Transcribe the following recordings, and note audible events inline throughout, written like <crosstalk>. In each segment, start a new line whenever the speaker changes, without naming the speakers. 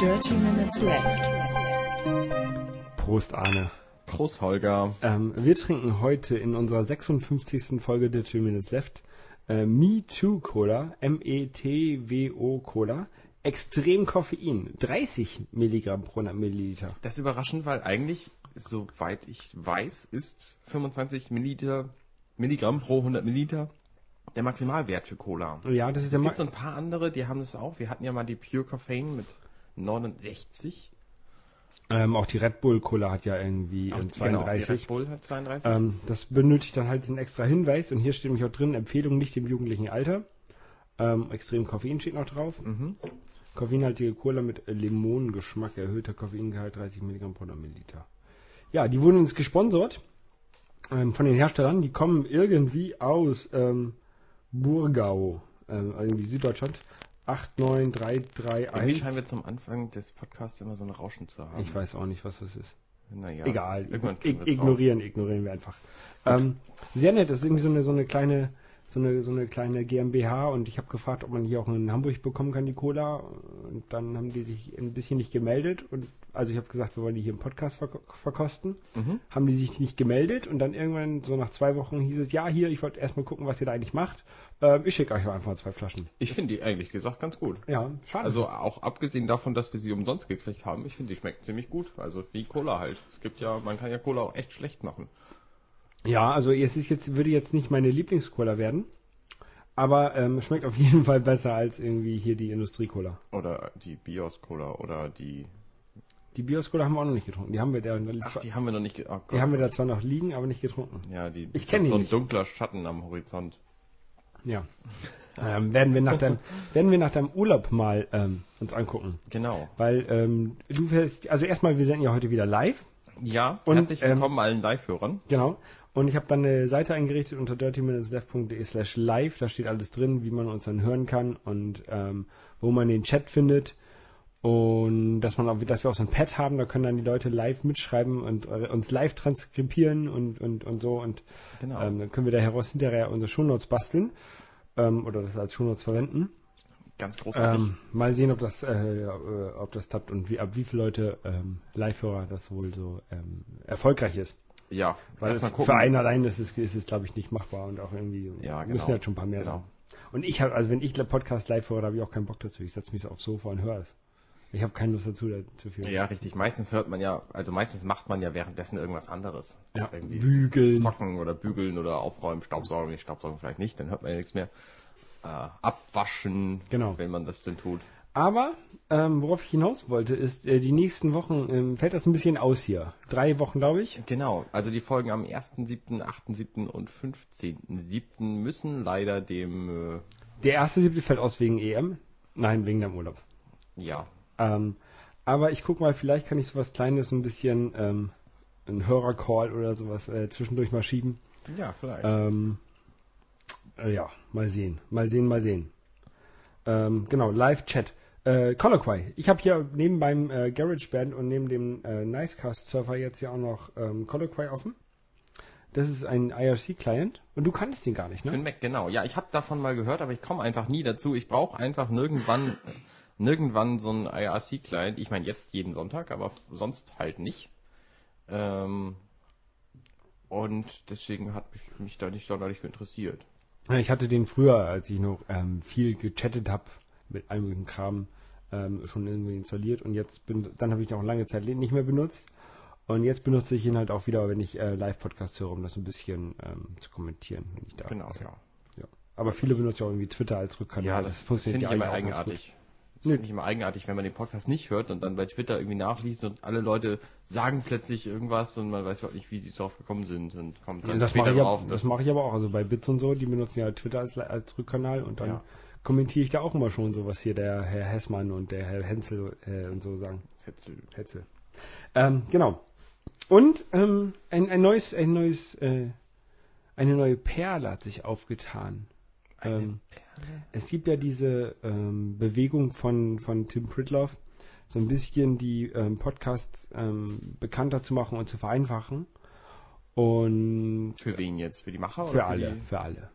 Dirty Minutes Left.
Prost, Arne.
Prost, Holger.
Ähm, wir trinken heute in unserer 56. Folge Dirty Minutes Left äh, Me Too Cola, E M-E-T-W-O Cola. Extrem Koffein, 30 Milligramm pro Milliliter.
Das ist überraschend, weil eigentlich, soweit ich weiß, ist 25 Milliliter, Milligramm pro 100 Milliliter der Maximalwert für Cola.
Ja, das ist
es
der
gibt so ein paar andere, die haben das auch. Wir hatten ja mal die Pure Caffeine mit 69.
Ähm, auch die Red Bull Cola hat ja irgendwie
Auch-
ähm,
Genau, die
32.
Red Bull hat 32.
ähm, das benötigt dann halt einen extra Hinweis und hier steht nämlich auch drin, Empfehlung nicht im jugendlichen Alter. Ähm, extrem Koffein steht noch drauf.
Mhm.
Koffeinhaltige Cola mit Limonengeschmack, erhöhter Koffeingehalt 30 Milligramm pro Milliliter. Ja, die wurden uns gesponsert ähm, von den Herstellern. Die kommen irgendwie aus ähm, Burgau, ähm, irgendwie Süddeutschland.
Irgendwie scheinen
89331.
wir zum Anfang des Podcasts immer so ein Rauschen zu haben.
Ich weiß auch nicht, was das ist.
Naja,
Egal,
Irgendwann
ig-
kriegen wir's
ignorieren, ignorieren wir einfach. Ähm, sehr nett, das ist irgendwie so eine, so eine kleine, so eine, so eine kleine GmbH und ich habe gefragt, ob man hier auch in Hamburg bekommen kann, die Cola. Und dann haben die sich ein bisschen nicht gemeldet und also ich habe gesagt, wir wollen die hier im Podcast verk verkosten.
raus. Mhm.
Haben die sich nicht gemeldet und dann irgendwann, so nach zwei Wochen, hieß es, ja, hier, ich wollte erstmal gucken, was ihr da eigentlich macht. Ähm, ich schicke euch mal einfach mal zwei Flaschen.
Ich finde die eigentlich gesagt ganz gut.
Ja, schade.
Also auch abgesehen davon, dass wir sie umsonst gekriegt haben, ich finde, sie schmeckt ziemlich gut. Also wie Cola halt. Es gibt ja, man kann ja Cola auch echt schlecht machen.
Ja, also es ist jetzt, würde jetzt nicht meine Lieblingscola werden, aber ähm, schmeckt auf jeden Fall besser als irgendwie hier die Industriecola.
Oder die Bios Cola oder die.
Die Bios-Cola haben wir auch noch nicht getrunken. Die haben wir da, die,
Ach, die haben wir noch nicht. ge- Oh Gott.
haben wir da zwar noch liegen, aber nicht getrunken.
Ja, die.
Ich kenn die
so ein
nicht.
dunkler Schatten am Horizont.
Ja. Ähm, werden wir nach <laughs> deinem, werden wir nach deinem Urlaub mal ähm, uns angucken.
Genau.
Weil ähm, du fährst, also erstmal, wir senden ja heute wieder live,
Ja,
Und,
herzlich
ähm,
willkommen allen Live-Hörern.
genau. Und ich habe dann eine Seite eingerichtet unter dirtyminutesdev.de slash live. Da steht alles drin, wie man uns dann hören kann und ähm, wo man den Chat findet. Und dass man auch, dass wir auch so ein Pad haben, da können dann die Leute live mitschreiben und äh, uns live transkribieren und, und, und so. Und
Genau.
Ähm, dann können wir da heraus hinterher unsere Shownotes basteln ähm, oder das als Shownotes verwenden.
Ganz großartig.
Ähm, mal sehen, ob das, äh, äh, ob das tappt und wie, ab wie viele Leute ähm, Live-Hörer das wohl so ähm, erfolgreich ist.
ja,
Weil
lass mal
für einen allein ist es, ist es glaube ich, nicht machbar und auch irgendwie
Ja, genau.
müssen halt schon ein paar mehr
Genau.
sein. Und ich habe, also wenn ich Podcast live höre, da habe ich auch keinen Bock dazu. Ich setze mich so aufs Sofa und höre es. Ich habe keine Lust dazu, da, zu viel.
Ja, richtig. Meistens hört man ja, also meistens macht man ja währenddessen irgendwas anderes.
Ja,
Irgendwie
bügeln.
zocken oder bügeln oder aufräumen, Staubsaugen, nicht Staubsaugen vielleicht nicht, dann hört man ja nichts mehr. Äh, abwaschen,
Genau.
wenn man das denn tut.
Aber ähm, worauf ich hinaus wollte, ist, äh, die nächsten Wochen ähm, fällt das ein bisschen aus hier. Drei Wochen, glaube ich.
Genau, also die Folgen am 1.7., 8.7. und 15.7. müssen leider dem, äh,
Der erste siebte fällt aus wegen EM. Nein, wegen deinem Urlaub.
ja,
Ähm, aber ich guck mal, vielleicht kann ich sowas Kleines ein bisschen, ähm, ein Hörercall oder sowas äh, zwischendurch mal schieben.
ja, vielleicht.
Ähm, äh, ja, mal sehen. Mal sehen, mal sehen. Ähm, genau, Live-Chat. Äh, Colloquy. Ich habe hier neben beim äh, GarageBand und neben dem äh, Nicecast-Server jetzt hier auch noch ähm, Colloquy offen. Das ist ein IRC-Client und du kannst den gar nicht,
Für
ne?
den Mac, genau. Ja, ich habe davon mal gehört, aber ich komme einfach nie dazu. Ich brauche einfach nirgendwann, äh, nirgendwann so einen IRC-Client. Ich meine jetzt jeden Sonntag, aber sonst halt nicht. Ähm, und deswegen hat mich, mich da nicht sonderlich für interessiert.
Ja, Ich hatte den früher, als ich noch ähm, viel gechattet habe mit allem möglichen Kram, ähm, schon irgendwie installiert und jetzt bin, dann habe ich ihn auch lange Zeit nicht mehr benutzt. Und jetzt benutze ich ihn halt auch wieder, wenn ich äh, Live-Podcasts höre, um das ein bisschen ähm, zu kommentieren, wenn ich da.
Genau,
ja.
ja.
Aber viele benutzen ja auch irgendwie Twitter als Rückkanal.
Ja, Also das, das finde ich
ja
immer
eigentlich auch ganz
eigenartig. Das
Nee.
finde ich immer eigenartig, wenn man den Podcast nicht hört und dann bei Twitter irgendwie nachliest und alle Leute sagen plötzlich irgendwas und man weiß überhaupt nicht, wie sie drauf gekommen sind und kommt
gut.
dann
Und das mache
später
ich,
drauf.
aber- das mache ich aber auch. Also bei Bits und so, die benutzen ja Twitter als, als Rückkanal und dann
Ja.
kommentiere ich da auch immer schon so, was hier der Herr Hessmann und der Herr Hensel äh, und so sagen.
Hetzel.
Hetze. Ähm, genau. Und ähm, ein, ein neues, ein neues, äh, eine neue Perle hat sich aufgetan. Ähm, es gibt ja diese ähm, Bewegung von, von Tim Pritloff, so ein bisschen die ähm, Podcasts ähm, bekannter zu machen und zu vereinfachen. Und
Für wen jetzt? Für die Macher?
für
für
alle,
Die?
für alle.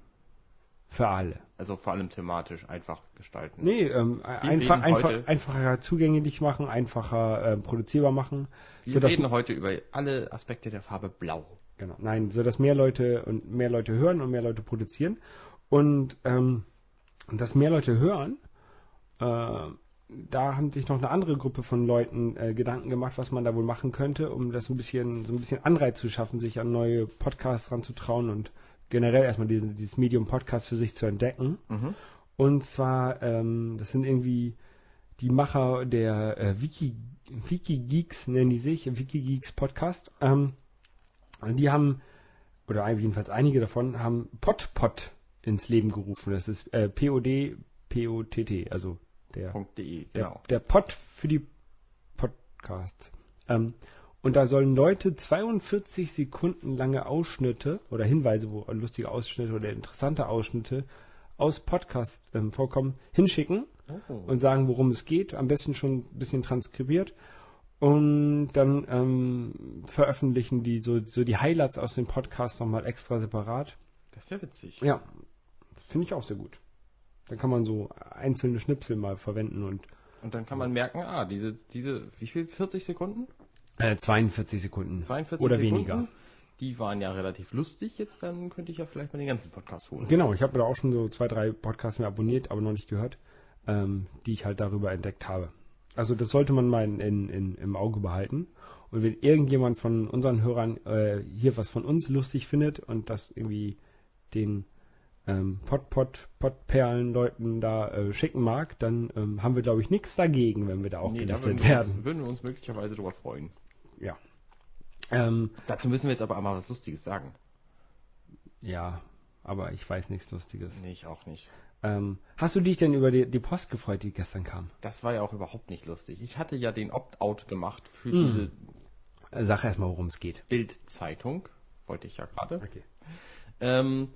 für alle.
Also vor allem thematisch einfach gestalten.
Nee, ähm, einfach,
reden heute-
einfach, einfacher zugänglich machen, einfacher ähm, produzierbar machen.
Wir
sodass-
reden heute über alle Aspekte der Farbe Blau.
Genau. Nein, so dass mehr Leute und mehr Leute hören und mehr Leute produzieren. Und ähm, dass mehr Leute hören, äh, da haben sich noch eine andere Gruppe von Leuten äh, Gedanken gemacht, was man da wohl machen könnte, um das ein bisschen, so ein bisschen Anreiz zu schaffen, sich an neue Podcasts ranzutrauen und generell erstmal diesen, dieses Medium Podcast für sich zu entdecken. Und zwar, ähm, das sind irgendwie die Macher der äh, Wiki, Wikigeeks, nennen die sich, Wikigeeks Podcast. Ähm, und die haben, oder ein- jedenfalls einige davon, haben PodPod ins Leben gerufen. Das ist äh, POD, POTT, also der,
.de,
der,
genau.
der Pod für die Podcasts. Ähm, und da sollen Leute 42 Sekunden lange Ausschnitte oder Hinweise, wo lustige Ausschnitte oder interessante Ausschnitte aus Podcasts ähm, vorkommen, hinschicken
Oh,
und sagen, worum es geht. Am besten schon ein bisschen transkribiert. Und dann ähm, veröffentlichen die so, so die Highlights aus dem Podcast nochmal extra separat.
das ist ja witzig.
Ja, finde ich auch sehr gut. Dann kann man so einzelne Schnipsel mal verwenden und
Und dann kann man merken, ah, diese, diese, wie viel? 40 Sekunden?
äh, 42 Sekunden
42
oder
Sekunden?
weniger.
Die waren ja relativ lustig. Jetzt dann könnte ich ja vielleicht mal den ganzen Podcast holen.
Genau, ich habe da auch schon so zwei, drei Podcasts mehr abonniert, aber noch nicht gehört, ähm, die ich halt darüber entdeckt habe. Also das sollte man mal in, in, in, im Auge behalten. Und wenn irgendjemand von unseren Hörern äh, hier was von uns lustig findet und das irgendwie den ähm, Pott-Pott-Pott-Perlen-Leuten da äh, schicken mag, dann ähm, haben wir, glaube ich, nichts dagegen, wenn wir da auch
Nee, da würden
gelistet
wir, uns,
werden.
würden wir uns möglicherweise drüber freuen.
Ja. Ähm,
Dazu müssen wir jetzt aber einmal was Lustiges sagen.
ja, aber ich weiß nichts Lustiges.
Nee, ich auch nicht.
Ähm, hast du dich denn über die, die Post gefreut, die gestern kam?
Das war ja auch überhaupt nicht lustig. Ich hatte ja den Opt-out gemacht für
Hm.
diese
Sag erstmal, worum es geht.
Bild-Zeitung. Wollte ich ja gerade.
Okay.
Ähm,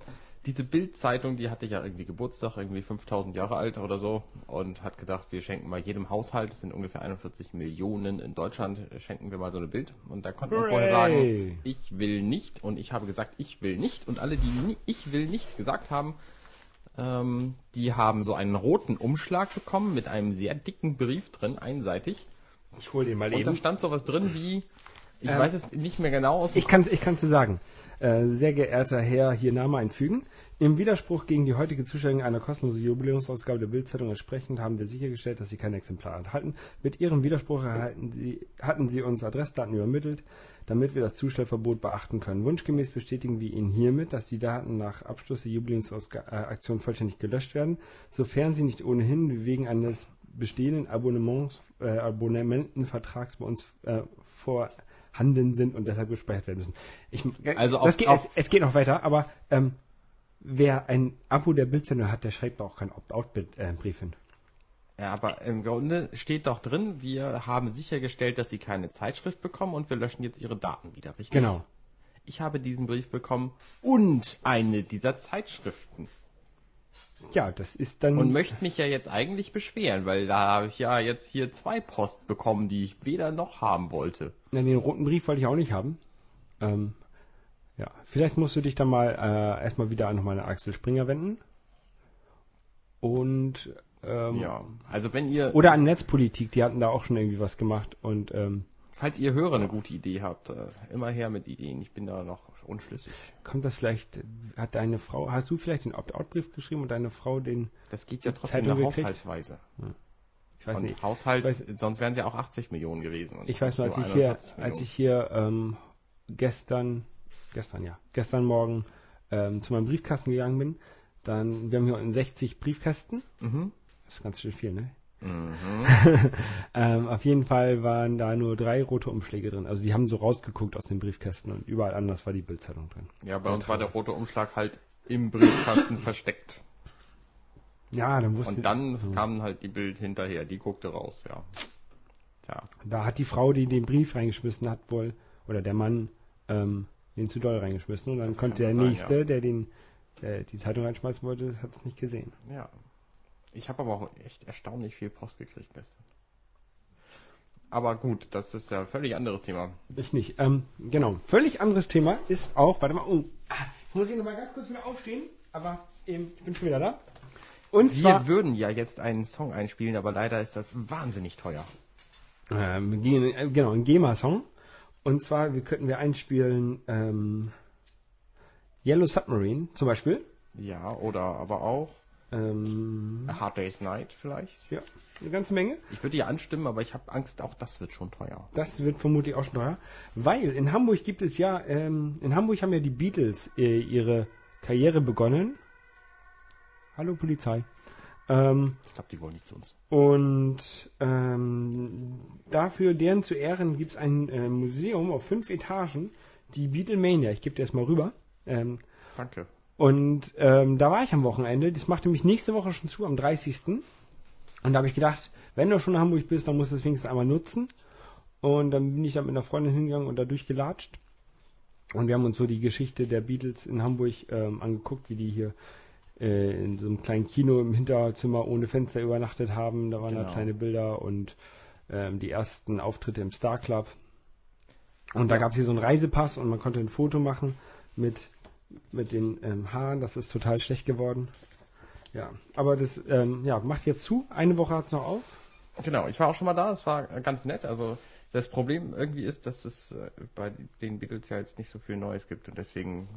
diese Bild-Zeitung, die hatte ja irgendwie Geburtstag, irgendwie 5000 Jahre alt oder so und hat gedacht, wir schenken mal jedem Haushalt, das sind ungefähr 41 Millionen in Deutschland, äh, schenken wir mal so eine Bild. Und da konnte man vorher
Hooray!
sagen, ich will nicht und ich habe gesagt, ich will nicht und alle, die nie, ich will nicht gesagt haben, ähm, die haben so einen roten Umschlag bekommen mit einem sehr dicken Brief drin, einseitig.
Ich hole den mal
Und da stand sowas drin wie, ich
Ähm,
weiß es nicht mehr genau aus dem
Ich kann ich kann's dir sagen. Äh, sehr geehrter Herr, hier Name einfügen. Im Widerspruch gegen die heutige Zustellung einer kostenlosen Jubiläumsausgabe der Bildzeitung entsprechend haben wir sichergestellt, dass Sie kein Exemplar erhalten. Mit Ihrem Widerspruch erhalten Sie, hatten Sie uns Adressdaten übermittelt, damit wir das Zustellverbot beachten können. Wunschgemäß bestätigen wir Ihnen hiermit, dass die Daten nach Abschluss der Jubiläumsaktion vollständig gelöscht werden, sofern sie nicht ohnehin wegen eines bestehenden Abonnements, äh, Abonnementenvertrags bei uns äh, vorhanden sind und deshalb gespeichert werden müssen. Ich,
Also
das
auf-
geht,
auf-
es, es geht noch weiter, aber ähm, wer ein Abo der Bildzeitung hat, der schreibt auch keinen Opt-out-Brief hin.
Ja, aber im Grunde steht doch drin, wir haben sichergestellt, dass sie keine Zeitschrift bekommen und wir löschen jetzt ihre Daten wieder, richtig?
Genau.
Ich habe diesen Brief bekommen und eine dieser Zeitschriften.
Ja, das ist dann.
Und möchte mich ja jetzt eigentlich beschweren, weil da habe ich ja jetzt hier zwei Post bekommen, die ich weder noch haben wollte.
Na, den roten Brief wollte ich auch nicht haben. Ähm, ja, vielleicht musst du dich dann mal äh, erstmal wieder an meine Axel Springer wenden. Und ähm,
Ja. Also wenn ihr,
oder an Netzpolitik, die hatten da auch schon irgendwie was gemacht und ähm,
falls ihr Hörer eine gute Idee habt, äh, immer her mit Ideen. Ich bin da noch unschlüssig.
kommt das vielleicht, hat deine Frau, hast du vielleicht den Opt-out-Brief geschrieben und deine Frau den,
Das geht ja trotzdem
Zeitung
nach
gekriegt?
Haushaltsweise.
ich weiß
und
nicht,
Haushalt,
Weiß-
sonst wären es ja auch 80 Millionen gewesen. und
ich weiß nur,
nicht
als ich
nur
hier,
41
als
Millionen.
ich hier ähm, gestern, gestern ja, gestern Morgen ähm, zu meinem Briefkasten gegangen bin, dann, wir haben hier unten 60 Briefkästen,
Mhm.
das ist ganz schön viel, ne?
Mhm.
<laughs> Ähm, auf jeden Fall waren da nur drei rote Umschläge drin. Also die haben so rausgeguckt aus den Briefkästen und überall anders war die Bildzeitung drin.
Ja, bei uns war der rote Umschlag halt im Briefkasten <laughs> versteckt.
Ja, dann wusste
Und dann kam halt die Bild hinterher, die guckte raus, ja. Ja,
da hat die Frau, die den Brief reingeschmissen hat, wohl oder der Mann ähm, den zu doll reingeschmissen und dann
Das
konnte der
kann sein,
nächste,
ja.
der den der die Zeitung reinschmeißen wollte, hat es nicht gesehen.
ja. Ich habe aber auch echt erstaunlich viel Post gekriegt gestern. Aber gut, das ist ja ein völlig anderes Thema.
Ich nicht. Ähm, genau. Völlig anderes Thema ist auch. Warte mal. Oh, ah, jetzt muss ich noch mal ganz kurz wieder aufstehen. Aber eben, ich bin schon wieder da. Und
Wir
zwar
würden ja jetzt einen Song einspielen, aber leider ist das wahnsinnig teuer.
ähm, ge- äh, genau, ein GEMA-Song. Und zwar wir könnten wir einspielen ähm, Yellow Submarine zum Beispiel.
Ja, oder Hm? aber auch
Ähm,
A Hard Day's Night vielleicht.
ja, eine ganze Menge.
Ich würde ja anstimmen, aber ich habe Angst, auch das wird schon teuer.
Das wird vermutlich auch schon teuer. Weil in Hamburg gibt es ja, ähm, in Hamburg haben ja die Beatles äh, ihre Karriere begonnen. Hallo Polizei. Ähm,
Ich glaube, die wollen nicht zu uns.
und ähm, dafür, deren zu Ehren, gibt es ein äh, Museum auf fünf Etagen, die Beatlemania. Ich gebe dir das mal rüber. Ähm,
Danke.
und ähm, da war ich am Wochenende. Das machte mich nächste Woche schon zu, am 30. Und da habe ich gedacht, wenn du schon in Hamburg bist, dann musst du es wenigstens einmal nutzen. Und dann bin ich dann mit einer Freundin hingegangen und da durchgelatscht. Und wir haben uns so die Geschichte der Beatles in Hamburg ähm, angeguckt, wie die hier äh, in so einem kleinen Kino im Hinterzimmer ohne Fenster übernachtet haben. Da waren da
Genau.
kleine Bilder und ähm, die ersten Auftritte im Star Club. Und da
Ja.
gab es hier so einen Reisepass und man konnte ein Foto machen mit, mit den ähm, Haaren. Das ist total schlecht geworden. Ja, aber das ähm, ja, macht jetzt zu. Eine Woche hat's noch auf.
Genau, ich war auch schon mal da, es war ganz nett. Also das Problem irgendwie ist, dass es äh, bei den Beatles ja jetzt nicht so viel Neues gibt und deswegen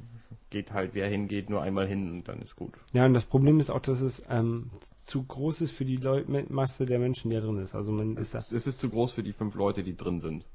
geht halt, wer hingeht, nur einmal hin und dann ist gut.
Ja, und das Problem ist auch, dass es ähm, zu groß ist für die Leu Me- Masse der Menschen, die da drin ist. Also man ist da
Es ist zu groß für die fünf Leute, die drin sind.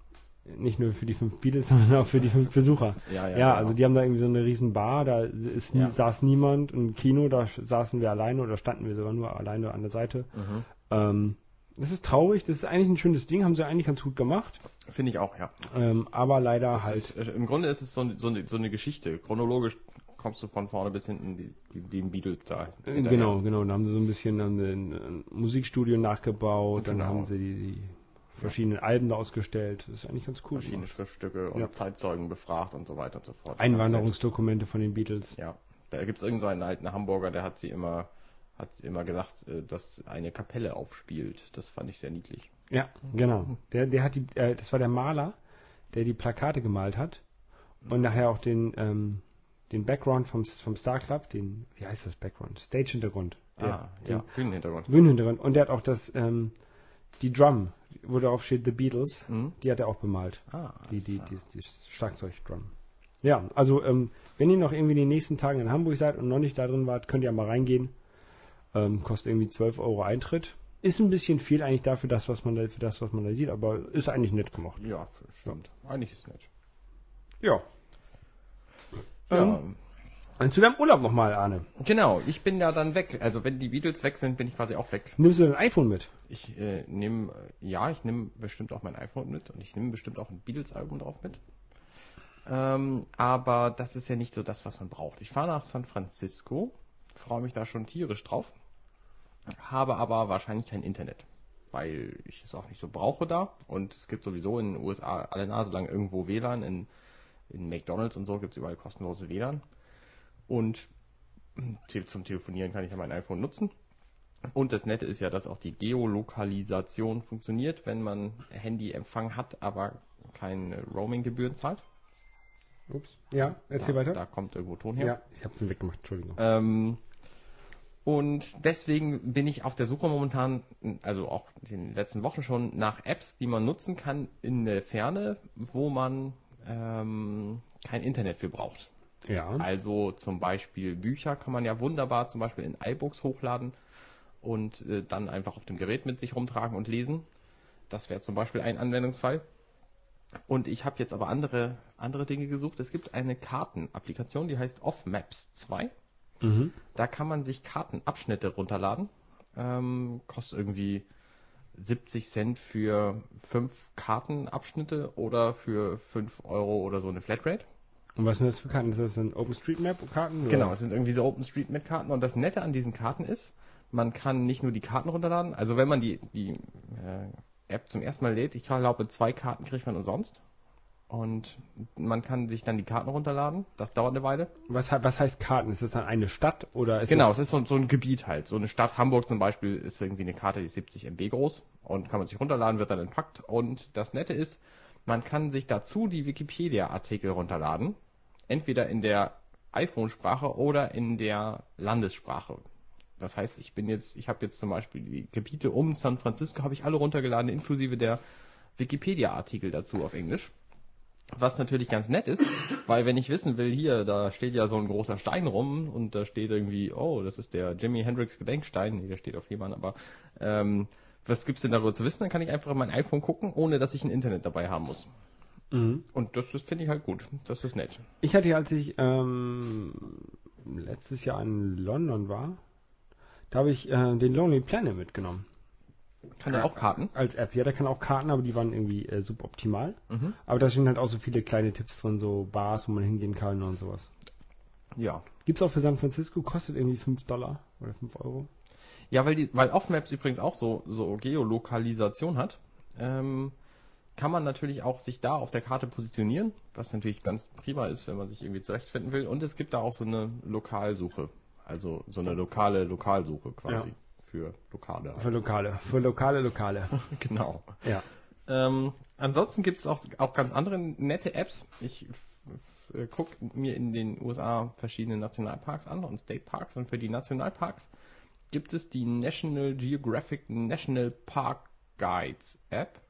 nicht nur für die fünf Beatles, <laughs> sondern auch für die fünf Besucher.
Ja,
Ja,
ja,
also die haben da irgendwie so eine riesen Bar, da ist, nie-
Ja.
saß niemand, im Kino, da sch- saßen wir alleine oder standen wir sogar nur alleine an der Seite.
Mhm.
Ähm, das ist traurig, das ist eigentlich ein schönes Ding, haben sie eigentlich ganz gut gemacht,
Finde ich auch, ja.
ähm, aber leider
Es
halt.
Ist, äh, Im Grunde ist es so, ein- so, eine, so eine Geschichte. Chronologisch kommst du von vorne bis hinten die, die, den Beatles da.
Äh,
hinterher.
Genau, genau. Da haben sie so ein bisschen haben sie ein, ein Musikstudio nachgebaut, dann
Genau.
haben sie die, die verschiedenen Alben da ausgestellt. Das ist eigentlich ganz cool.
Verschiedene Schriftstücke und
Ja.
Zeitzeugen befragt und so weiter und so fort.
Einwanderungsdokumente von den Beatles.
Ja, da gibt's irgend so einen alten Hamburger, der hat sie immer, hat sie immer gesagt, äh, dass eine Kapelle aufspielt. Das fand ich sehr niedlich.
Ja, genau. Der, der hat die, äh, das war der Maler, der die Plakate gemalt hat und nachher auch den, ähm, den Background vom, vom Star Club, den, wie heißt das Background? Stage-Hintergrund. Der- den
Ah, ja. Bühnenhintergrund.
Bühnenhintergrund. Und der hat auch das, ähm, die Drum, wo darauf steht The Beatles,
Mhm.
die hat er auch bemalt.
Ah,
die,
alles
die,
klar.
die, die Schlagzeugdrum. Ja, also ähm, wenn ihr noch irgendwie in den nächsten Tagen in Hamburg seid und noch nicht da drin wart, könnt ihr mal reingehen. Ähm, kostet irgendwie 12 Euro Eintritt. Ist ein bisschen viel eigentlich dafür das, was man da, für das, was man da sieht, aber ist eigentlich nett gemacht.
Ja, stimmt. Eigentlich ist nett.
Ja. Ähm, Und zu deinem Urlaub nochmal, Arne.
Ja, genau. Ich bin ja dann weg. Also wenn die Beatles weg sind, bin ich quasi auch weg.
Nimmst du dein iPhone mit?
Ich äh, nehme, ja, ich nehme bestimmt auch mein iPhone mit und ich nehme bestimmt auch ein Beatles-Album drauf mit. Ähm, aber das ist ja nicht so das, was man braucht. Ich fahre nach San Francisco, freue mich da schon tierisch drauf, habe aber wahrscheinlich kein Internet, weil ich es auch nicht so brauche da. Und es gibt sowieso in den USA alle Nase lang irgendwo WLAN. In, in McDonalds und so gibt es überall kostenlose WLAN. Und te- zum Telefonieren kann ich ja mein iPhone nutzen. Und das Nette ist ja, dass auch die Geolokalisation funktioniert, wenn man Handyempfang hat, aber keine Roaming-Gebühren zahlt.
Ups. Ja, erzähl
da,
weiter.
Da kommt irgendwo Ton
ja.
her.
ich hab's weggemacht, Entschuldigung.
Ähm, und deswegen bin ich auf der Suche momentan, also auch in den letzten Wochen schon, nach Apps, die man nutzen kann in der Ferne, wo man ähm, kein Internet für braucht.
Ja.
Also zum Beispiel Bücher kann man ja wunderbar zum Beispiel in iBooks hochladen und äh, dann einfach auf dem Gerät mit sich rumtragen und lesen. Das wäre zum Beispiel ein Anwendungsfall. Und ich habe jetzt aber andere, andere Dinge gesucht. Es gibt eine Kartenapplikation, die heißt Off Maps 2.
Mhm.
Da kann man sich Kartenabschnitte runterladen. Ähm, kostet irgendwie 70 Cent für fünf Kartenabschnitte oder für 5 Euro oder so eine Flatrate.
Und was sind das für Karten? Ist das ein OpenStreetMap-Karten? oder?
Genau, es sind irgendwie so OpenStreetMap-Karten und das Nette an diesen Karten ist, man kann nicht nur die Karten runterladen, also wenn man die, die äh, App zum ersten Mal lädt, ich glaube, zwei Karten kriegt man umsonst. Und man kann sich dann die Karten runterladen, das dauert eine Weile.
Was, he- was heißt Karten? Ist das dann eine Stadt oder ist
genau,
das
es ist so, so ein Gebiet halt. So eine Stadt Hamburg zum Beispiel ist irgendwie eine Karte, die ist 70 MB groß und kann man sich runterladen, wird dann entpackt. Und das Nette ist, man kann sich dazu die Wikipedia-Artikel runterladen. Entweder in der iPhone-Sprache oder in der Landessprache. Das heißt, ich bin jetzt, ich habe jetzt zum Beispiel die Gebiete um San Francisco habe ich alle runtergeladen, inklusive der Wikipedia-Artikel dazu auf Englisch. Was natürlich ganz nett ist, weil wenn ich wissen will, hier, da steht ja so ein großer Stein rum und da steht irgendwie, oh, das ist der Jimi Hendrix Gedenkstein, nee, der steht auf jemanden, aber ähm, was gibt's denn darüber zu wissen? Dann kann ich einfach in mein iPhone gucken, ohne dass ich ein Internet dabei haben muss.
Mhm.
Und das, das finde ich halt gut. Das ist nett.
Ich hatte, ja, als ich ähm, letztes Jahr in London war, da habe ich äh, den Lonely Planet mitgenommen.
Kann der auch Karten?
Als App. Ja, der kann auch Karten, aber die waren irgendwie äh, suboptimal.
Mhm.
Aber da stehen halt auch so viele kleine Tipps drin, so Bars, wo man hingehen kann und sowas.
Ja.
Gibt's auch für San Francisco, kostet irgendwie 5 Dollar oder 5 Euro.
Ja, weil, die, weil Offmaps übrigens auch so, so Geolokalisation hat, ähm, kann man natürlich auch sich da auf der Karte positionieren, was natürlich ganz prima ist, wenn man sich irgendwie zurechtfinden will. Und es gibt da auch so eine Lokalsuche, also so eine lokale Lokalsuche quasi
Ja.
für Lokale. <laughs>
Für Lokale, für lokale Lokale.
Genau.
ja.
Ähm, ansonsten gibt es auch, auch ganz andere nette Apps. Ich äh, gucke mir in den USA verschiedene Nationalparks an und State Parks und für die Nationalparks gibt es die National Geographic National Park Guides App.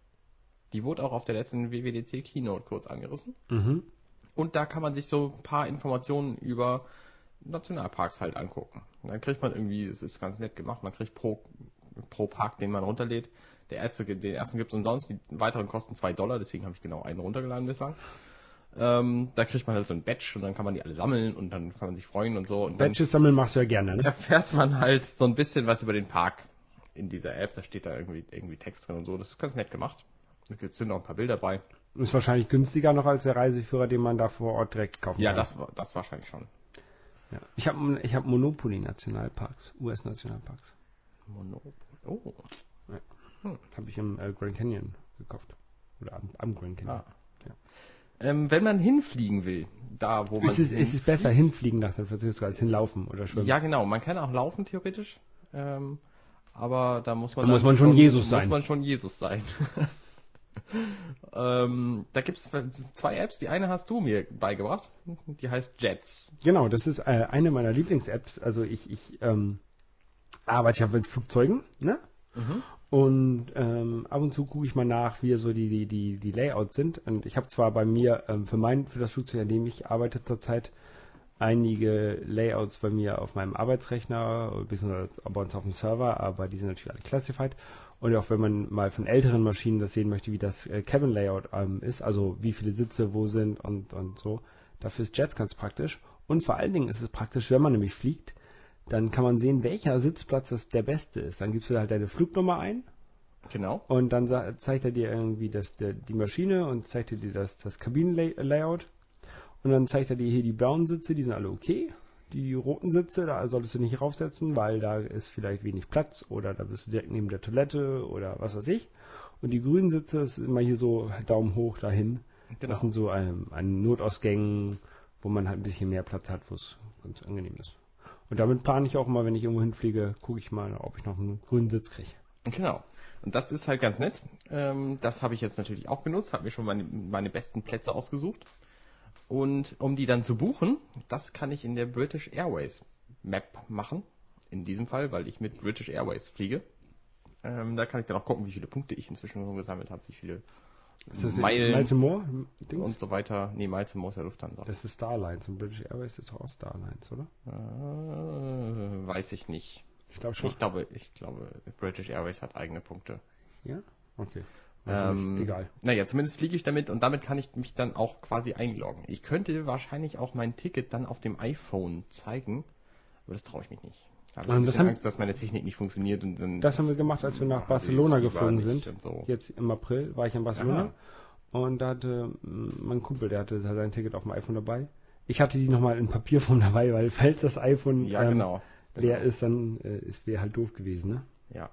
Die wurde auch auf der letzten WWDC Keynote kurz angerissen.
Mhm.
Und da kann man sich so ein paar Informationen über Nationalparks halt angucken. Und dann kriegt man irgendwie, es ist ganz nett gemacht, man kriegt pro, pro Park, den man runterlädt, der erste, gibt- den ersten gibt's umsonst, die weiteren kosten 2 Dollar, deswegen habe ich genau einen runtergeladen bislang. Ähm, da kriegt man halt so ein Badge und dann kann man die alle sammeln und dann kann man sich freuen und so. Und dann
Badges sammeln machst du ja gerne, ne?
<laughs> erfährt man halt so ein bisschen was über den Park in dieser App. Da steht da irgendwie, irgendwie Text drin und so. Das ist ganz nett gemacht. Es sind noch ein paar Bilder bei.
Ist wahrscheinlich günstiger noch als der Reiseführer, den man da vor Ort direkt kaufen
Ja,
kann.
das, war- das wahrscheinlich schon.
Ja. Ich habe ich hab Monopoly-Nationalparks, US-Nationalparks.
Monopol. Oh.
Habe ich im äh, Grand Canyon gekauft. Oder am, am Grand Canyon.
Ah. Ähm, wenn man hinfliegen will, da wo man.
Ist, es, ist es besser hinfliegen nach San Francisco als hinlaufen oder schwimmen?
ja, genau. Man kann auch laufen, theoretisch. Ähm, aber da muss man.
Da muss man schon Jesus sein.
Muss man schon Jesus sein. <laughs> ähm, da gibt es zwei Apps. Die eine hast du mir beigebracht. Die heißt Jets.
Genau, das ist äh, eine meiner Lieblings-Apps. Also ich, ich ähm, arbeite ja mit Flugzeugen, ne?
Mhm.
Und ähm, ab und zu gucke ich mal nach, wie so die, die, die, die Layouts sind. Und ich habe zwar bei mir ähm, für mein, für das Flugzeug, an dem ich arbeite zurzeit, einige Layouts bei mir auf meinem Arbeitsrechner, beziehungsweise bei uns auf dem Server, aber die sind natürlich alle classified. Und auch wenn man mal von älteren Maschinen das sehen möchte, wie das äh, Cabin-Layout ähm, ist, also wie viele Sitze wo sind und, und so, dafür ist Jets ganz praktisch. Und vor allen Dingen ist es praktisch, wenn man nämlich fliegt, dann kann man sehen, welcher Sitzplatz das der beste ist. Dann gibst du halt deine Flugnummer ein
Genau.
und dann sa- zeigt er dir irgendwie das, der, die Maschine und zeigt er dir das, das Kabinenlayout. Und dann zeigt er dir hier die blauen Sitze, die sind alle okay. Die roten Sitze, da solltest du nicht raufsetzen, weil da ist vielleicht wenig Platz oder da bist du direkt neben der Toilette oder was weiß ich. Und die grünen Sitze, das ist immer hier so Daumen hoch dahin.
Genau.
Das sind so ähm, an Notausgängen, wo man halt ein bisschen mehr Platz hat, wo es ganz angenehm ist. Und damit plane ich auch mal, wenn ich irgendwo hinfliege, gucke ich mal, ob ich noch einen grünen Sitz kriege.
Genau. Und das ist halt ganz nett. Ähm, das habe ich jetzt natürlich auch genutzt, habe mir schon meine, meine besten Plätze ausgesucht. Und um die dann zu buchen, das kann ich in der British Airways Map machen. In diesem Fall, weil ich mit British Airways fliege. Ähm, da kann ich dann auch gucken, wie viele Punkte ich inzwischen schon gesammelt habe, wie viele
Ist das
Meilen
Miles Moore? Dings?
und so weiter. Nee, Miles im Moos der Lufthansa.
Das ist Starlines und British Airways ist doch auch Starlines, oder?
Äh, weiß ich nicht.
Ich glaube schon.
Ich glaube, ich glaube, British Airways hat eigene Punkte.
Ja? Okay. Weiß ich
Ähm,
nicht. Egal.
Naja, zumindest fliege ich damit und damit kann ich mich dann auch quasi einloggen. Ich könnte wahrscheinlich auch mein Ticket dann auf dem iPhone zeigen, aber das traue ich mich nicht. Da habe ich
Ähm,
ein
das
bisschen
haben-
Angst, dass meine Technik nicht funktioniert und dann
Das haben wir gemacht, als wir nach
Ach,
Barcelona
ist lieber
geflogen
nicht
sind.
und so.
Jetzt im April war ich in Barcelona.
Aha.
Und da hatte mm, mein Kumpel, der hatte sein Ticket auf dem iPhone dabei. Ich hatte die nochmal in Papierform <laughs> dabei, weil falls das iPhone
ja
ähm,
genau.
leer
genau.
ist, dann äh, ist wäre halt doof gewesen, ne?
Ja.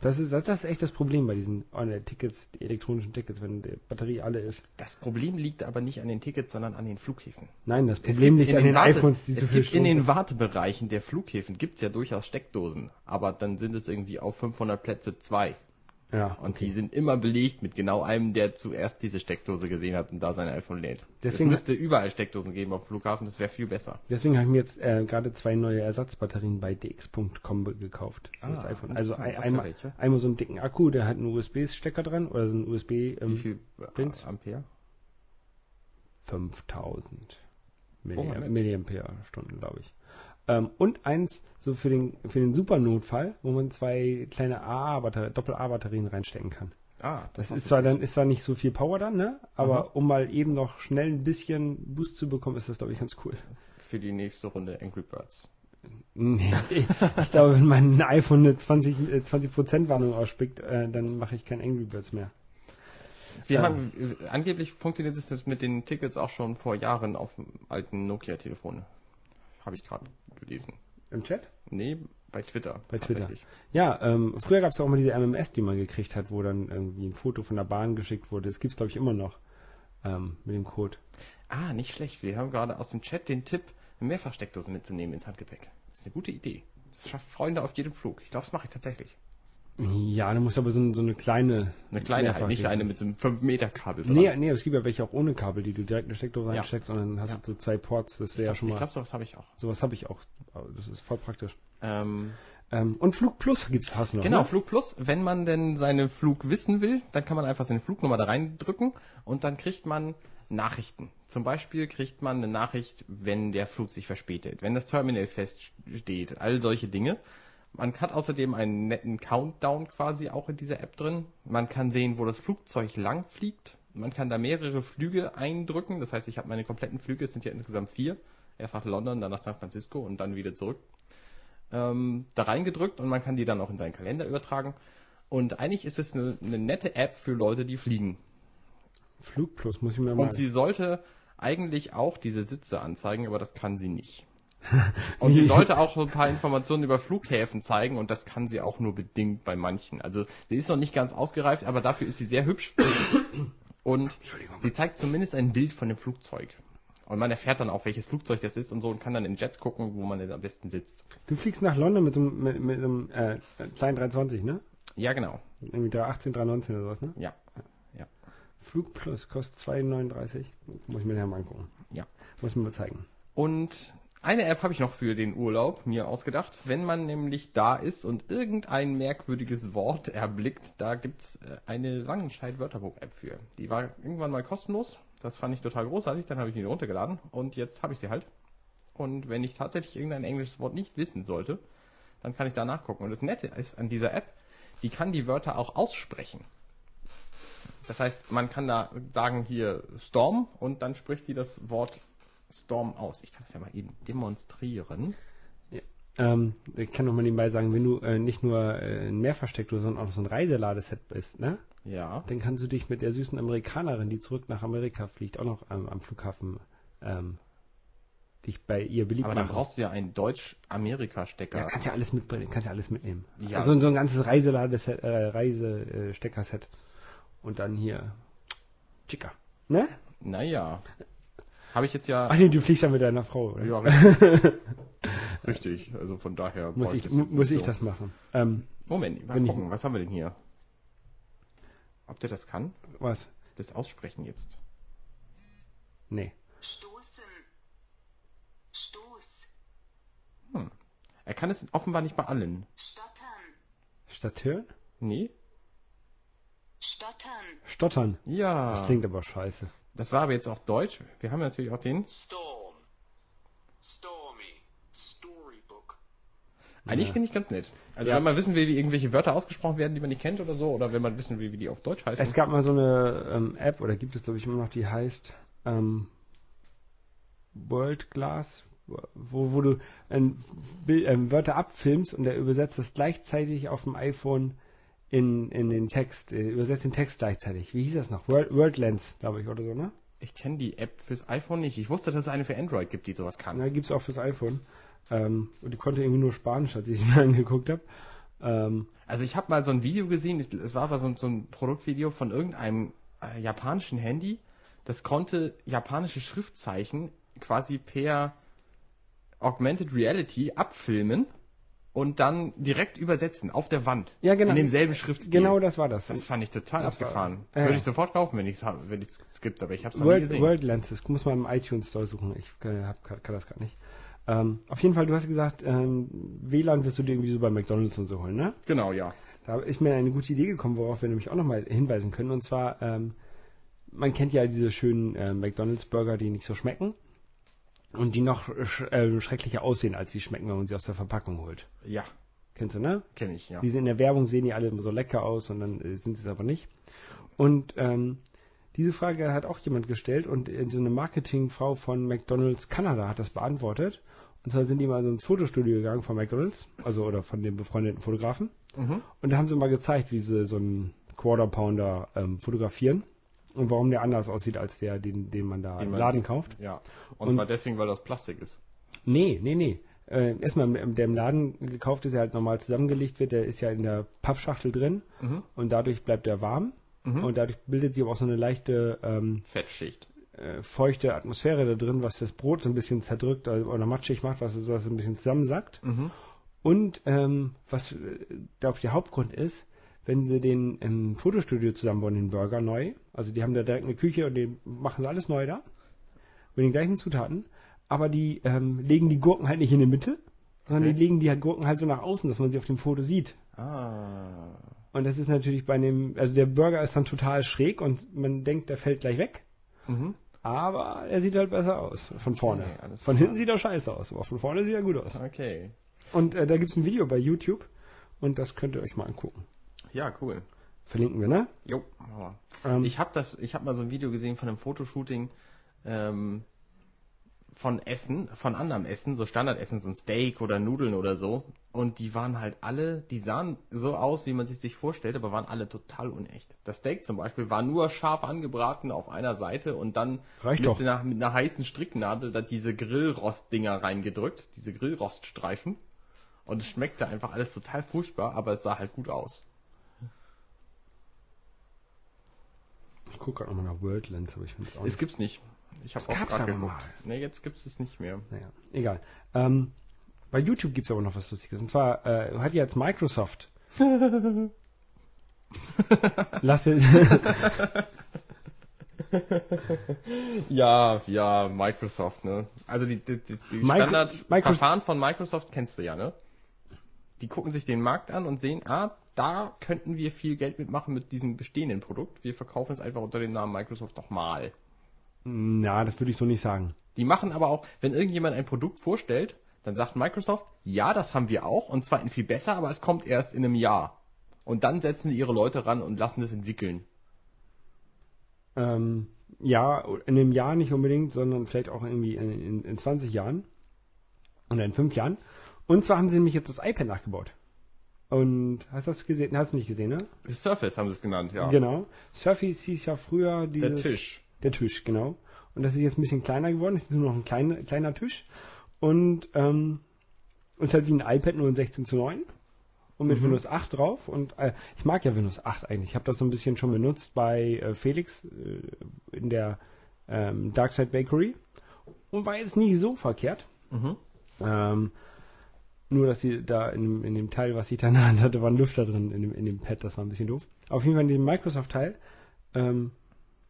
Das ist, das ist echt das Problem bei diesen Online-Tickets, die elektronischen Tickets, wenn die Batterie alle ist.
Das Problem liegt aber nicht an den Tickets, sondern an den Flughäfen.
Nein, das
Es
Problem
gibt
liegt
in
an den
Warte-
iPhones, die
es
zu viel
gibt
Strom
In den Wartebereichen der Flughäfen gibt's ja durchaus Steckdosen, aber dann sind es irgendwie auf 500 Plätze zwei.
Ja,
Und die sind immer belegt mit genau einem, der zuerst diese Steckdose gesehen hat und da sein iPhone lädt.
Deswegen-
es müsste überall Steckdosen geben auf dem Flughafen, das wäre viel besser.
Deswegen habe ich mir jetzt äh, gerade zwei neue Ersatzbatterien bei dx.com gekauft für das
Ah,
iPhone. Also
interessant.
ein,
Was für
einmal,
welche?
einmal so einen dicken Akku, der hat einen USB-Stecker dran oder so einen USB
Wie
ähm,
viel
Pins?
äh, Ampere?
5000
Oh,
Milli
nett.
Milliampere-Stunden, glaube ich. Ähm, und eins so für den für den Supernotfall, wo man zwei kleine AA-Batterien, Doppel-A-Batterien reinstecken kann.
Ah,
Das
war
ist zwar
witzig.
dann ist zwar nicht so viel Power dann, ne? Aber
Aha.
um mal eben noch schnell ein bisschen Boost zu bekommen, ist das glaube ich ganz cool.
für die nächste Runde Angry Birds.
Nee, <laughs> ich glaube, wenn mein iPhone eine 20%, äh, 20 Warnung ausspickt, äh, dann mache ich kein Angry Birds mehr.
Wir
Ja.
haben äh, angeblich funktioniert es jetzt mit den Tickets auch schon vor Jahren auf dem alten Nokia-Telefon. Habe ich gerade gelesen.
Im Chat?
Nee, bei Twitter.
Bei Twitter.
tatsächlich.
Ja, ähm, früher gab es ja auch mal diese MMS, die man gekriegt hat, wo dann irgendwie ein Foto von der Bahn geschickt wurde. Das gibt's glaube ich, immer noch ähm, mit dem Code.
Ah, nicht schlecht. Wir haben gerade aus dem Chat den Tipp, Mehrfachsteckdosen mitzunehmen ins Handgepäck. Das ist eine gute Idee. Das schafft Freunde auf jedem Flug. Ich glaube, das mache ich tatsächlich.
Ja, da muss aber so, ein- so eine kleine...
Eine kleine halt,
Mehrfach-
nicht eine mit so einem 5-Meter-Kabel dran.
Nee, nee, es gibt ja welche auch ohne Kabel, die du direkt in eine Steckdose
Ja.
reinsteckst und dann hast
Ja.
du so zwei Ports. Das wäre ja
ich
schon mal...
glaube, glaub, sowas habe ich auch.
sowas habe ich auch. Das ist voll praktisch.
Ähm,
Ähm, und Flug Plus gibt's, hast du noch,
Genau,
ne?
Flug Plus. Wenn man denn seinen Flug wissen will, dann kann man einfach seine Flugnummer da reindrücken und dann kriegt man Nachrichten. Zum Beispiel kriegt man eine Nachricht, wenn der Flug sich verspätet, wenn das Terminal feststeht, all solche Dinge. Man hat außerdem einen netten Countdown quasi auch in dieser App drin. Man kann sehen, wo das Flugzeug lang fliegt. Man kann da mehrere Flüge eindrücken. Das heißt, ich habe meine kompletten Flüge, es sind ja insgesamt vier. Erst nach London, dann nach San Francisco und dann wieder zurück ähm, da reingedrückt und man kann die dann auch in seinen Kalender übertragen. Und eigentlich ist es eine, eine nette App für Leute, die fliegen.
Flug Plus muss ich mir mal...
Und sie sollte eigentlich auch diese Sitze anzeigen, aber das kann sie nicht. Und sie sollte auch so ein paar Informationen über Flughäfen zeigen und das kann sie auch nur bedingt bei manchen. Also sie ist noch nicht ganz ausgereift, aber dafür ist sie sehr hübsch. Und sie zeigt zumindest ein Bild von dem Flugzeug. Und man erfährt dann auch, welches Flugzeug das ist und so und kann dann in Jets gucken, wo man denn am besten sitzt.
Du fliegst nach London mit so einem, mit, mit so einem äh, kleinen 320, ne?
Ja, genau.
Irgendwie 318, 319 oder sowas, ne?
Ja.
Flug Plus kostet 2,39. Muss ich mir nachher mal angucken.
Ja.
Muss ich mir mal zeigen.
Und eine App habe ich noch für den Urlaub mir ausgedacht. Wenn man nämlich da ist und irgendein merkwürdiges Wort erblickt, da gibt's äh, eine Langenscheid-Wörterbuch-App für. Die war irgendwann mal kostenlos. Das fand ich total großartig. Dann habe ich die runtergeladen und jetzt habe ich sie halt. Und wenn ich tatsächlich irgendein englisches Wort nicht wissen sollte, dann kann ich da nachgucken. Und das Nette ist an dieser App, die kann die Wörter auch aussprechen. Das heißt, man kann da sagen hier Storm und dann spricht die das Wort Storm aus. Ich kann das ja mal eben demonstrieren.
Ähm, ich kann noch mal nebenbei sagen, wenn du äh, nicht nur äh, ein Mehrversteckdose, sondern auch noch so ein Reiseladeset bist, ne?
Ja.
Dann kannst du dich mit der süßen Amerikanerin, die zurück nach Amerika fliegt, auch noch am, am Flughafen ähm, dich bei ihr beliebt
Aber dann brauchst du ja einen Deutsch-Amerika-Stecker.
ja, kannst ja alles mitbringen, kannst ja alles mitnehmen.
Ja.
Also so ein ganzes Reiseladeset, äh, Reisesteckerset. Und dann hier Chica. Ne?
Naja. Habe ich jetzt ja.
Ach nee, du fliegst ja mit deiner Frau, oder? <laughs>
ja richtig. richtig. Also von daher.
Muss
brauche
ich,
das
mu-
jetzt
muss
nicht
ich
so.
das machen? Ähm,
Moment, mal
Wenn ich-
gucken. Was haben wir denn hier? Ob der das kann?
was?
Das Aussprechen jetzt.
Nee.
Stoßen. Stoß.
Hm. Er kann es offenbar nicht bei allen.
Stottern.
Statören?
Nee?
Stottern.
Stottern.
Ja.
Das klingt aber scheiße.
Das war aber jetzt auch Deutsch. Wir haben natürlich auch den.
Storm. Stormy. Storybook.
Eigentlich
Ja.
finde ich ganz nett. Also
Ja.
wenn man wissen will, wie irgendwelche Wörter ausgesprochen werden, die man nicht kennt oder so, oder wenn man wissen will, wie die auf Deutsch heißen.
Es gab mal so eine ähm, App, oder gibt es glaube ich immer noch, die heißt ähm, World Glass, wo, wo du ein Bild, ähm, Wörter abfilmst und der übersetzt das gleichzeitig auf dem iPhone in, in den Text, äh, übersetzt den Text gleichzeitig. Wie hieß das noch? World, World Lens, glaube ich, oder so, ne?
ich kenne die App fürs iPhone nicht. Ich wusste, dass es eine für Android gibt, die sowas kann.
Ja, gibt's auch fürs iPhone. Ähm, und die konnte irgendwie nur Spanisch, als ich es mir <laughs> angeguckt habe. Ähm,
Also ich habe mal so ein Video gesehen, es- es war aber so, ein- so ein Produktvideo von irgendeinem äh, japanischen Handy, das konnte japanische Schriftzeichen quasi per Augmented Reality abfilmen und dann direkt übersetzen auf der Wand.
Ja, genau.
In demselben Schriftstil.
Genau das war das.
Das fand ich total
Das war-
abgefahren.
ja, ja.
Würde ich sofort kaufen, wenn ich es wenn ich's skippt, aber ich habe es noch nie
World,
gesehen.
World Lenses, muss man im iTunes Store suchen. Ich äh, hab, kann, kann das gerade nicht. Ähm, auf jeden Fall, du hast gesagt, ähm, WLAN wirst du dir irgendwie so bei McDonalds und so holen, ne?
Genau, ja.
Da ist mir eine gute Idee gekommen, worauf wir nämlich auch nochmal hinweisen können. Und zwar, ähm, man kennt ja diese schönen äh, McDonalds-Burger, die nicht so schmecken und die noch sch äh, schrecklicher aussehen, als sie schmecken, wenn man sie aus der Verpackung holt.
Ja,
Kennst du, ne?
kenne ich, ja.
Die sind in der Werbung, sehen die alle so lecker aus und dann äh, sind sie es aber nicht. Und ähm, diese Frage hat auch jemand gestellt und äh, so eine Marketingfrau von McDonalds Kanada hat das beantwortet. Und zwar sind die mal so ins Fotostudio gegangen von McDonalds, also oder von dem befreundeten Fotografen.
Mhm.
Und da haben sie mal gezeigt, wie sie so einen Quarter Pounder ähm, fotografieren und warum der anders aussieht als der, den, den man da
Den
im
man-
Laden kauft.
Ja. Und,
Und-
zwar deswegen, weil das Plastik ist.
Nee, nee, nee. Äh, erstmal, im- der im Laden gekauft ist, der halt normal zusammengelegt wird, der ist ja in der Pappschachtel drin
Mhm.
und dadurch bleibt er warm
Mhm.
und dadurch bildet sich aber auch so eine leichte ähm,
Fettschicht.
äh, feuchte Atmosphäre da drin, was das Brot so ein bisschen zerdrückt also, oder matschig macht, was es was es ein bisschen zusammensackt.
Mhm.
Und ähm, was, äh, glaube ich, der Hauptgrund ist, wenn sie den im Fotostudio zusammenbauen, den Burger neu, also die haben da direkt eine Küche und die machen sie alles neu da, mit den gleichen Zutaten, aber die ähm, legen die Gurken halt nicht in die Mitte, sondern
Okay.
die legen die Gurken halt so nach außen, dass man sie auf dem Foto sieht.
Ah.
Und das ist natürlich bei dem, also der Burger ist dann total schräg und man denkt, der fällt gleich weg.
Mhm.
Aber er sieht halt besser aus, von vorne.
Okay, alles
von
klar.
hinten sieht er scheiße aus, aber von vorne sieht er gut aus.
Okay.
Und äh, da gibt's ein Video bei YouTube und das könnt ihr euch mal angucken.
Ja, cool.
Verlinken wir, ne?
Jo, machen wir.
Ähm,
Ich habe das, ich habe mal so ein Video gesehen von einem Fotoshooting ähm, von Essen, von anderem Essen, so Standardessen, so ein Steak oder Nudeln oder so. Und die waren halt alle, die sahen so aus, wie man sich sich vorstellt, aber waren alle total unecht. Das Steak zum Beispiel war nur scharf angebraten auf einer Seite und dann
Reicht
mit,
doch.
Einer, mit einer heißen Stricknadel da diese Grillrostdinger reingedrückt, diese Grillroststreifen. Und es schmeckte einfach alles total furchtbar, aber es sah halt gut aus.
Ich gucke gerade nochmal nach World Lens, aber ich finde es auch
Es
nicht.
gibt's nicht. Ich habe
Es
auch
gab's
gerade
aber
geguckt.
mal.
Ne, jetzt gibt's es nicht mehr.
Naja, egal. Ähm, bei YouTube gibt's aber noch was Lustiges. Und zwar äh, hat jetzt
<laughs>
Microsoft. Lass es.
Ja, ja, Microsoft, ne? Also die, die, die, die
Micro-
Standardverfahren von Microsoft kennst du ja, ne? Die gucken sich den Markt an und sehen, ah, da könnten wir viel Geld mitmachen mit diesem bestehenden Produkt. Wir verkaufen es einfach unter dem Namen Microsoft nochmal.
<laughs> Na, das würde ich so nicht sagen.
Die machen aber auch, wenn irgendjemand ein Produkt vorstellt, dann sagt Microsoft, ja, das haben wir auch und zwar in viel besser, aber es kommt erst in einem Jahr. Und dann setzen die ihre Leute ran und lassen das entwickeln.
Ähm, ja, in einem Jahr nicht unbedingt, sondern vielleicht auch irgendwie in, in, in 20 Jahren oder in 5 Jahren. Und zwar haben sie nämlich jetzt das iPad nachgebaut. Und hast du das gesehen? Hast du nicht gesehen, ne?
Das Surface haben sie es genannt, ja.
Genau. Surface hieß ja früher
Der
dieses,
Tisch.
Der Tisch, genau. Und das ist jetzt ein bisschen kleiner geworden. Es ist nur noch ein kleiner, kleiner Tisch. Und ähm, ist halt wie ein iPad nur in 16 zu 9. Und
Mhm.
mit Windows 8 drauf. Und äh, ich mag ja Windows 8 eigentlich. Ich habe das so ein bisschen schon benutzt bei äh, Felix äh, in der ähm, Darkside Bakery. Und war jetzt nicht so verkehrt.
Mhm.
Ähm, nur, dass die da in, dem- in dem Teil, was ich da in der Hand hatte, war ein Lüfter drin in dem, in dem Pad. Das war ein bisschen doof. Auf jeden Fall in diesem Microsoft-Teil. Ähm,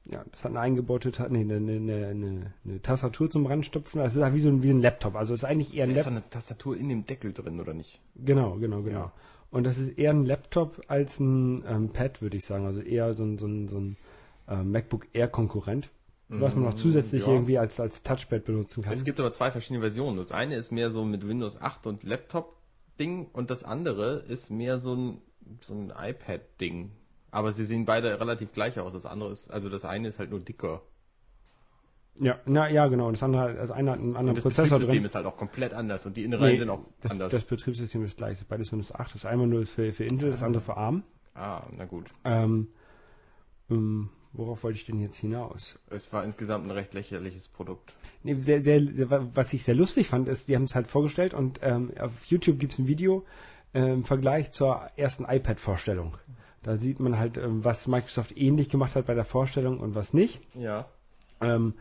ja, das hat eine eingebaute Ta nee, eine, eine, eine, eine Tastatur zum Ranstopfen. Das ist halt wie so ein, wie ein Laptop. Also ist eigentlich eher ein
Da ist doch
Laptop.
eine Tastatur in dem Deckel drin, oder nicht?
Genau, genau, genau.
Ja.
Und das ist eher ein Laptop als ein ähm, Pad, würde ich sagen. Also eher so ein, so ein, so ein äh, MacBook Air-Konkurrent, was man noch zusätzlich
Mm, ja.
irgendwie als, als Touchpad benutzen kann.
Es gibt aber zwei verschiedene Versionen. Das eine ist mehr so mit Windows 8 und Laptop-Ding und das andere ist mehr so ein, so ein iPad-Ding. Aber sie sehen beide relativ gleich aus. Das andere ist, also das eine ist halt nur dicker.
ja, na, ja, genau. Und das andere, hat- also einer hat einen anderen
Und das
Prozessor
Betriebssystem
drin.
ist halt auch komplett anders und die Innereien
Nee,
sind auch
das,
anders.
das Betriebssystem ist gleich. Beides Windows 8 ist einmal nur für, für Intel, das andere für ARM.
ah, na gut.
Ähm, ähm, worauf wollte ich denn jetzt hinaus?
Es war insgesamt ein recht lächerliches Produkt.
Nee, sehr, sehr, sehr, was ich sehr lustig fand, ist, die haben es halt vorgestellt und ähm, auf YouTube gibt es ein Video äh, im Vergleich zur ersten iPad-Vorstellung. Da sieht man halt, ähm, was Microsoft ähnlich gemacht hat bei der Vorstellung und was nicht.
Ja.
Ähm,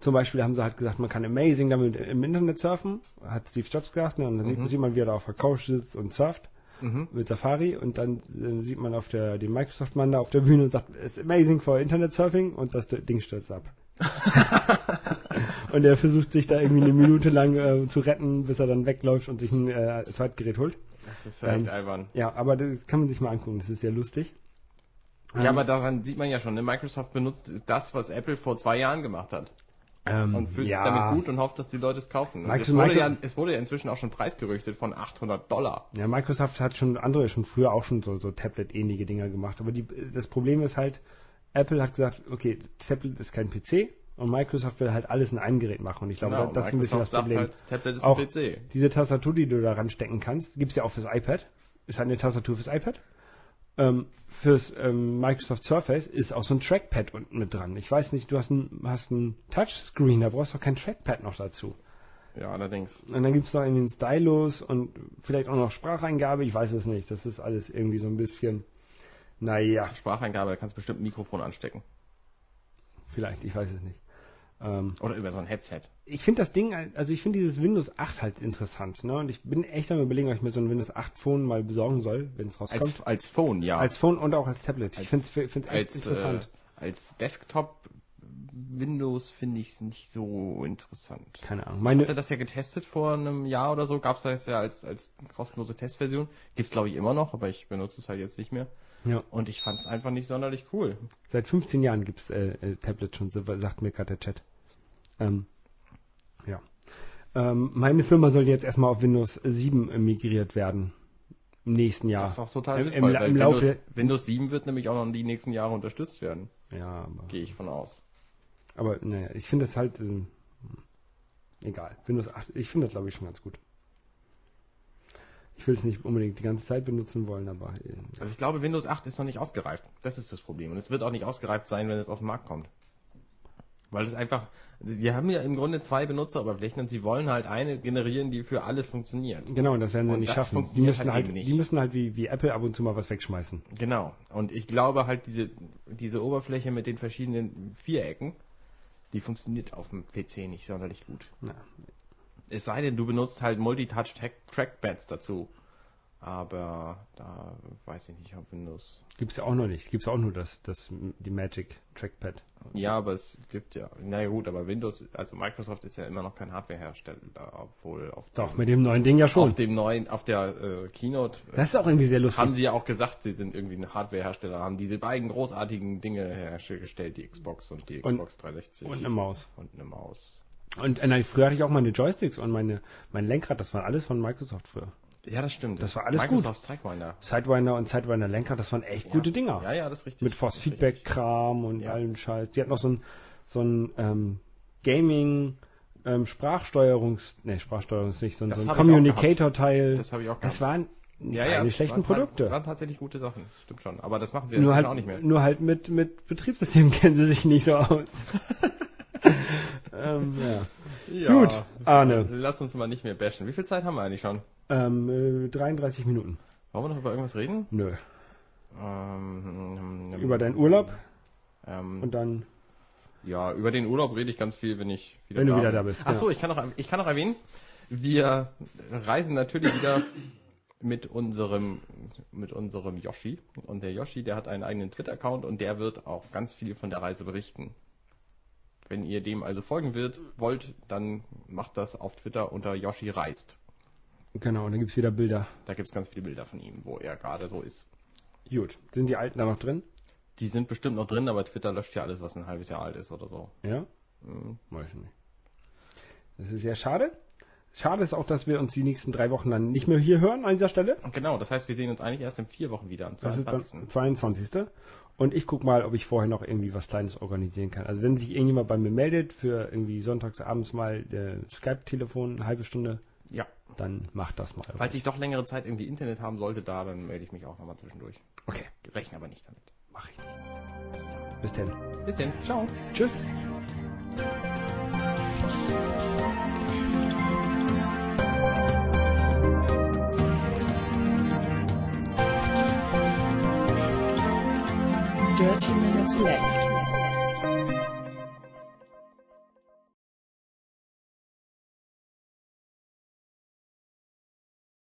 Zum Beispiel haben sie halt gesagt, man kann amazing damit im Internet surfen, hat Steve Jobs gesagt, ne? und dann sieht man- sieht man, wie er da auf der Couch sitzt und surft
Mhm.
mit Safari und dann äh, sieht man auf der den Microsoft-Mann da auf der Bühne und sagt, it's amazing for Internet Surfing und das Ding stürzt
<laughs>
ab. und er versucht sich da irgendwie eine Minute lang äh, zu retten, bis er dann wegläuft und sich ein äh, Zweitgerät holt.
Das ist
Ähm,
echt albern.
Ja, aber das kann man sich mal angucken, das ist sehr lustig. ähm.
Ja, aber daran sieht man ja schon, ne? Microsoft benutzt das, was Apple vor zwei Jahren gemacht hat.
Ähm,
Und fühlt
ja.
sich damit gut und hofft, dass die Leute es kaufen. Und
Microsoft-
es, wurde ja,
Micro-
es wurde ja inzwischen auch schon preisgerüchtet von 800 Dollar.
Ja, Microsoft hat schon andere schon früher auch schon so, so Tablet-ähnliche Dinger gemacht. Aber die, das Problem ist halt, Apple hat gesagt, okay, Tablet ist kein PC und Microsoft will halt alles in einem Gerät machen. Und ich glaube,
Genau,
das ist ein bisschen das
Microsoft
Problem.
Sagt halt, das Tablet ist
Auch-
ein PC.
Diese Tastatur, die du da ranstecken kannst, gibt's ja auch fürs iPad. Ist halt eine Tastatur fürs iPad. Ähm, fürs ähm, Microsoft Surface ist auch so ein Trackpad unten mit dran. Ich weiß nicht, du hast ein, hast ein Touchscreen, da brauchst du auch kein Trackpad noch dazu.
Ja, allerdings.
Und dann gibt's noch irgendwie einen Stylos und vielleicht auch noch Spracheingabe, ich weiß es nicht. Das ist alles irgendwie so ein bisschen, naja,
Spracheingabe, da kannst du bestimmt ein Mikrofon anstecken.
vielleicht, ich weiß es nicht. Ähm,
Oder über so ein Headset.
ich finde das Ding, also ich finde dieses Windows 8 halt interessant, ne? Und ich bin echt am überlegen, ob ich mir so ein Windows 8 Phone mal besorgen soll, wenn es rauskommt.
Als, als Phone, ja.
Als Phone und auch als Tablet. Ich
Als-
finde es echt
als,
interessant.
Äh, als Desktop Windows finde ich es nicht so interessant.
Keine Ahnung.
Ich hatte
Meine,
das ja getestet vor einem Jahr oder so, gab es das ja als, als kostenlose Testversion. Gibt's glaube ich immer noch, aber ich benutze es halt jetzt nicht mehr.
ja,
Und ich fand es einfach nicht sonderlich cool.
seit 15 Jahren gibt's äh, äh, Tablet schon, so sagt mir gerade der Chat. Ähm, ja. Ähm, meine Firma soll jetzt erstmal auf Windows 7 migriert werden. Im nächsten Jahr.
Das ist auch total
Im- im
sinnvoll,
La-
weil
im Laufe-
Windows, Windows 7 wird nämlich auch noch die nächsten Jahre unterstützt werden,
Ja, aber,
gehe ich von aus.
aber naja, ich finde das halt ähm, egal. Windows 8, ich finde das glaube ich schon ganz gut. Ich will es nicht unbedingt die ganze Zeit benutzen wollen, aber äh,
Also ich glaube, Windows 8 ist noch nicht ausgereift. Das ist das Problem. Und es wird auch nicht ausgereift sein, wenn es auf den Markt kommt. Weil es einfach, die haben ja im Grunde zwei Benutzeroberflächen und sie wollen halt eine generieren, die für alles funktioniert.
genau, und das werden sie
Und
nicht
das
schaffen. Die
funktioniert
müssen
halt
halt,
eben nicht.
die müssen halt wie, wie Apple ab und zu mal was wegschmeißen.
Genau. Und ich glaube halt, diese, diese Oberfläche mit den verschiedenen Vierecken, die funktioniert auf dem PC nicht sonderlich gut.
Ja.
Es sei denn, du benutzt halt Multitouch-Trackpads dazu. Aber da weiß ich nicht, ob Windows.
Gibt's ja auch noch nicht. Gibt's ja auch nur das, das, die Magic Trackpad.
Ja, aber es gibt ja. Naja, gut, aber Windows, also Microsoft ist ja immer noch kein Hardwarehersteller, obwohl auf
Doch, mit dem neuen Ding ja schon.
auf dem neuen, auf der äh, Keynote äh,
Das ist auch irgendwie sehr lustig.
haben sie ja auch gesagt, sie sind irgendwie ein Hardwarehersteller, haben diese beiden großartigen Dinge hergestellt, die Xbox und die
Und-
Xbox 360.
und eine Maus.
und eine Maus.
Und äh, nein, früher hatte ich auch meine Joysticks und meine, mein Lenkrad, das waren alles von Microsoft früher.
Ja, das stimmt.
Das war alles gut.
Microsoft Sidewinder.
Sidewinder und Sidewinder Lenkrad, das waren echt gute
ja.
Dinger.
Ja, ja, das ist richtig.
Mit Force
Das ist
Feedback
richtig.
Kram und
Ja.
allem Scheiß. Die hat noch so ein, so ein ähm, Gaming ähm, Sprachsteuerungs, nee, Sprachsteuerung ist nicht, so ein,
Das
so ein
hab ich auch
Communicator Teil.
Das habe ich auch
Das
gehabt.
waren
ja,
keine
ja,
schlechten
waren-
Produkte.
Waren tatsächlich gute Sachen. Das Stimmt schon. Aber das machen sie
nur
jetzt
halt,
auch nicht mehr.
Nur halt mit, mit Betriebssystemen <laughs> kennen sie sich nicht so
<laughs>
aus. ähm, ja. Gut, Arne.
Lass uns mal nicht mehr bashen. Wie viel Zeit haben wir eigentlich schon?
Ähm, äh, 33 Minuten.
Wollen wir noch über irgendwas reden?
Nö.
Ähm,
Über deinen Urlaub
Ähm,
und dann.
Ja, über den Urlaub rede ich ganz viel, wenn ich wieder
Wenn du wieder da bist, genau.
Ach so, ich kann noch ich kann noch erwähnen, wir reisen natürlich wieder mit unserem mit unserem Yoshi und der Yoshi, der hat einen eigenen Twitter Account und der wird auch ganz viel von der Reise berichten. Wenn ihr dem also folgen wird, wollt, dann macht das auf Twitter unter Yoshi reist.
Genau, und dann gibt's wieder Bilder.
Da gibt's ganz viele Bilder von ihm, wo er gerade so ist.
Gut. Sind die alten da noch drin?
Die sind bestimmt noch drin, aber Twitter löscht ja alles, was ein halbes Jahr alt ist oder so.
Ja?
Mhm.
Weiß ich nicht. Das ist sehr schade. Schade ist auch, dass wir uns die nächsten drei Wochen dann nicht mehr hier hören an dieser Stelle.
Und genau, das heißt, wir sehen uns eigentlich erst in vier Wochen wieder am
Das ist
22.
das 22. Und ich guck mal, ob ich vorher noch irgendwie was Kleines organisieren kann. Also wenn sich irgendjemand bei mir meldet für irgendwie sonntagsabends mal äh, Skype-Telefon, eine halbe Stunde,
Ja.
dann macht das mal.
Falls ich doch längere Zeit irgendwie Internet haben sollte, da, dann melde ich mich auch nochmal zwischendurch.
Okay,
Rechne aber nicht damit.
mach ich. Bis dann.
Bis denn. Ciao.
Tschüss.
Dirty Minutes Left.